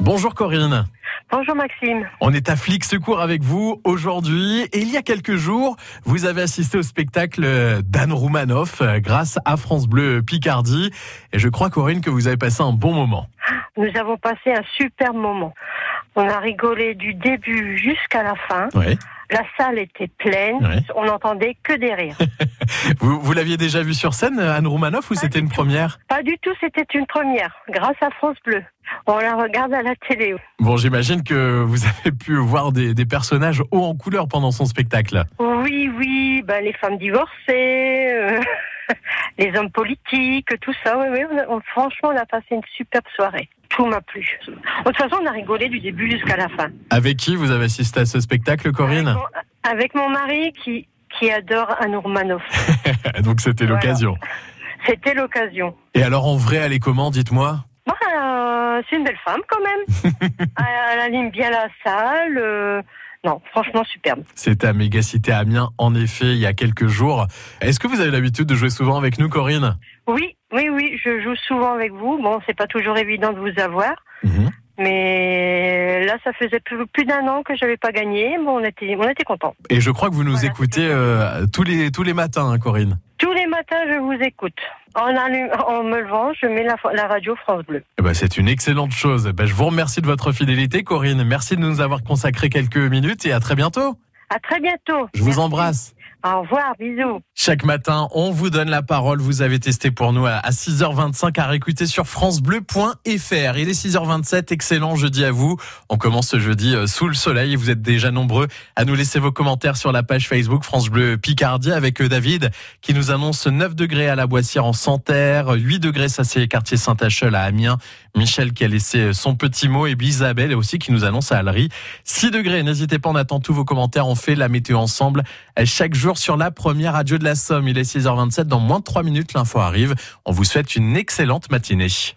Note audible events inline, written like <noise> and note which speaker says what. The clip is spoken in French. Speaker 1: Bonjour Corinne.
Speaker 2: Bonjour Maxime.
Speaker 1: On est à Flic Secours avec vous aujourd'hui. Et il y a quelques jours, vous avez assisté au spectacle d'Anne Roumanoff euh, grâce à France Bleu Picardie. Et je crois, Corinne, que vous avez passé un bon moment.
Speaker 2: Nous avons passé un super moment. On a rigolé du début jusqu'à la fin.
Speaker 1: Oui.
Speaker 2: La salle était pleine.
Speaker 1: Ouais.
Speaker 2: On n'entendait que des rires.
Speaker 1: Vous, vous l'aviez déjà vue sur scène, euh, Anne Roumanoff, ou
Speaker 2: Pas
Speaker 1: c'était
Speaker 2: du
Speaker 1: une
Speaker 2: tout.
Speaker 1: première
Speaker 2: Pas du tout, c'était une première, grâce à France Bleu. On la regarde à la télé.
Speaker 1: Bon, j'imagine que vous avez pu voir des, des personnages hauts en couleur pendant son spectacle.
Speaker 2: Oui, oui, ben, les femmes divorcées, euh, <laughs> les hommes politiques, tout ça. Oui, oui, on a- on- franchement, on a passé une superbe soirée. Tout m'a plu. De toute façon, on a rigolé du début jusqu'à la fin.
Speaker 1: Avec qui vous avez assisté à ce spectacle, Corinne
Speaker 2: Avec mon, avec mon mari qui, qui adore Anne Roumanoff.
Speaker 1: <laughs> Donc c'était
Speaker 2: Voilà.
Speaker 1: l'occasion.
Speaker 2: C'était l'occasion.
Speaker 1: Et alors en vrai, elle est comment Dites-moi.
Speaker 2: Bah, euh, c'est une belle femme quand
Speaker 1: <laughs>
Speaker 2: même. elle anime bien la salle. euh, non, franchement superbe.
Speaker 1: C'était à Mégacité Amiens, en effet, il y a quelques jours. Est-ce que vous avez l'habitude de jouer souvent avec nous, Corinne
Speaker 2: Oui, oui, oui, je joue souvent avec vous. Bon, c'est pas toujours évident de vous avoir, mais là, ça faisait plus, plus d'un an que j'avais pas gagné. Bon, on était, on était contents.
Speaker 1: Et je crois que vous nous
Speaker 2: Voilà.
Speaker 1: écoutez euh, tous, les, tous les matins, hein, Corinne.
Speaker 2: Tous les matins, je vous écoute. En, allu- en me levant, je mets la, fo- la radio France Bleu.
Speaker 1: Eh ben, C'est une excellente chose. Eh ben, je vous remercie de votre fidélité, Corinne. Merci de nous avoir consacré quelques minutes et à très bientôt.
Speaker 2: À très bientôt.
Speaker 1: Je vous
Speaker 2: Merci.
Speaker 1: embrasse.
Speaker 2: Au revoir, bisous.
Speaker 1: Chaque matin, on vous donne la parole. Vous avez testé pour nous à à 6h25 à réécouter sur francebleu.fr. Il est 6h27. Excellent jeudi à vous. On commence ce jeudi euh, sous le soleil. Vous êtes déjà nombreux à nous laisser vos commentaires sur la page Facebook France Bleu Picardie avec euh, David qui nous annonce 9 degrés à la Boissière en Santerre, 8 degrés, ça c'est quartier Saint-Achel à Amiens. Michel qui a laissé euh, son petit mot et puis Isabelle aussi qui nous annonce à Alry 6 degrés. N'hésitez pas, on attend tous vos commentaires. On fait la météo ensemble chaque jour sur la première radio de la Somme. Il est 6h27. Dans moins de 3 minutes, l'info arrive. On vous souhaite une excellente matinée.